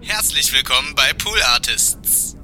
Herzlich willkommen bei Pool Artists.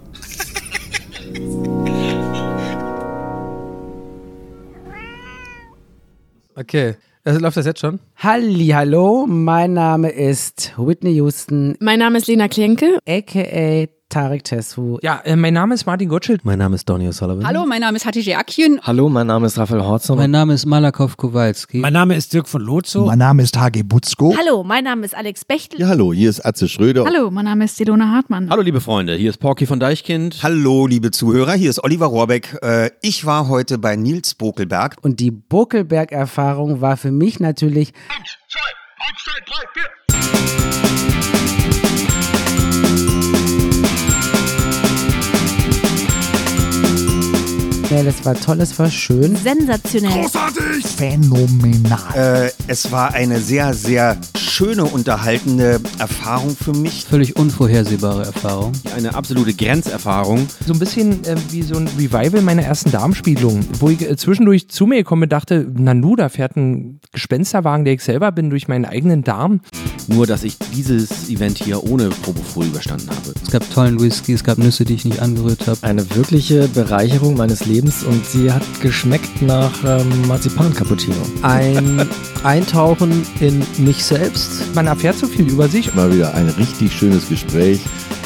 Okay. Also, läuft das jetzt schon? Halli, hallo, mein Name ist Whitney Houston, Mein Name ist Lena Klenke. a.k.a. Tarek Tesfu. Ja, äh, mein Name ist Martin Gottschild. Mein Name ist Donny O'Sullivan. Hallo, mein Name ist Hatice Akjun. Hallo, mein Name ist Raphael Horzum. Mein Name ist Malakow Kowalski. Mein Name ist Dirk von Lotso. Mein Name ist HG Butzko. Hallo, mein Name ist Alex Bechtel. Ja, hallo, hier ist Atze Schröder. Hallo, mein Name ist Ilona Hartmann. Hallo, liebe Freunde, hier ist Porky von Deichkind. Hallo, liebe Zuhörer, hier ist Oliver Rohrbeck. Äh, Ich war heute bei Nils Bokelberg. Und die Buckelberg-Erfahrung war für mich natürlich schnell, es war toll, es war schön. Sensationell. Phänomenal. Äh, Es war eine sehr, sehr schöne, unterhaltende Erfahrung für mich. Völlig unvorhersehbare Erfahrung. Eine absolute Grenzerfahrung. So ein bisschen äh, wie so ein Revival meiner ersten Darmspiegelung, wo ich äh, zwischendurch zu mir gekommen bin, dachte, Nanu, da fährt ein Gespensterwagen, der ich selber bin, durch meinen eigenen Darm. Nur, dass ich dieses Event hier ohne Propofol überstanden habe. Es gab tollen Whisky, es gab Nüsse, die ich nicht angerührt habe. Eine wirkliche Bereicherung meines Lebens und sie hat geschmeckt nach ähm, Marzipan-Cappuccino. Ein Eintauchen in mich selbst. Man erfährt so viel über sich. Mal wieder ein richtig schönes Gespräch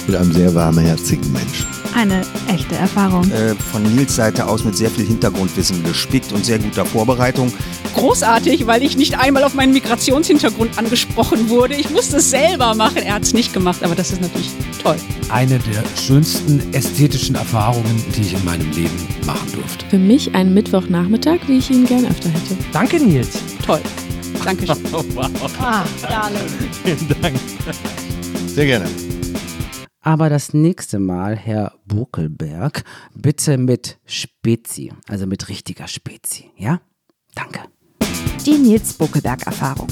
mit einem sehr warmherzigen Menschen. Eine echte Erfahrung. Äh, Von Nils Seite aus mit sehr viel Hintergrundwissen gespickt und sehr guter Vorbereitung. Großartig, weil ich nicht einmal auf meinen Migrationshintergrund angesprochen wurde. Ich musste es selber machen. Er hat es nicht gemacht, aber das ist natürlich toll. Eine der schönsten ästhetischen Erfahrungen, die ich in meinem Leben machen durfte. Für mich ein Mittwochnachmittag, wie ich ihn gern öfter hätte. Danke, Nils. Toll. Dankeschön. Sehr gerne. Aber das nächste Mal, Herr Buckelberg, bitte mit Spezi, also mit richtiger Spezi, ja? Danke. Die Nils Buckelberg-Erfahrung.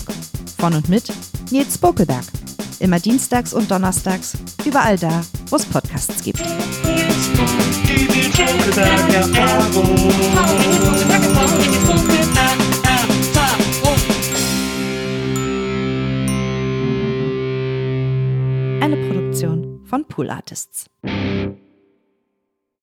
Von und mit Nils Buckelberg. Immer dienstags und donnerstags, überall da, wo es Podcasts gibt. Eine Produktion von Pool Artists.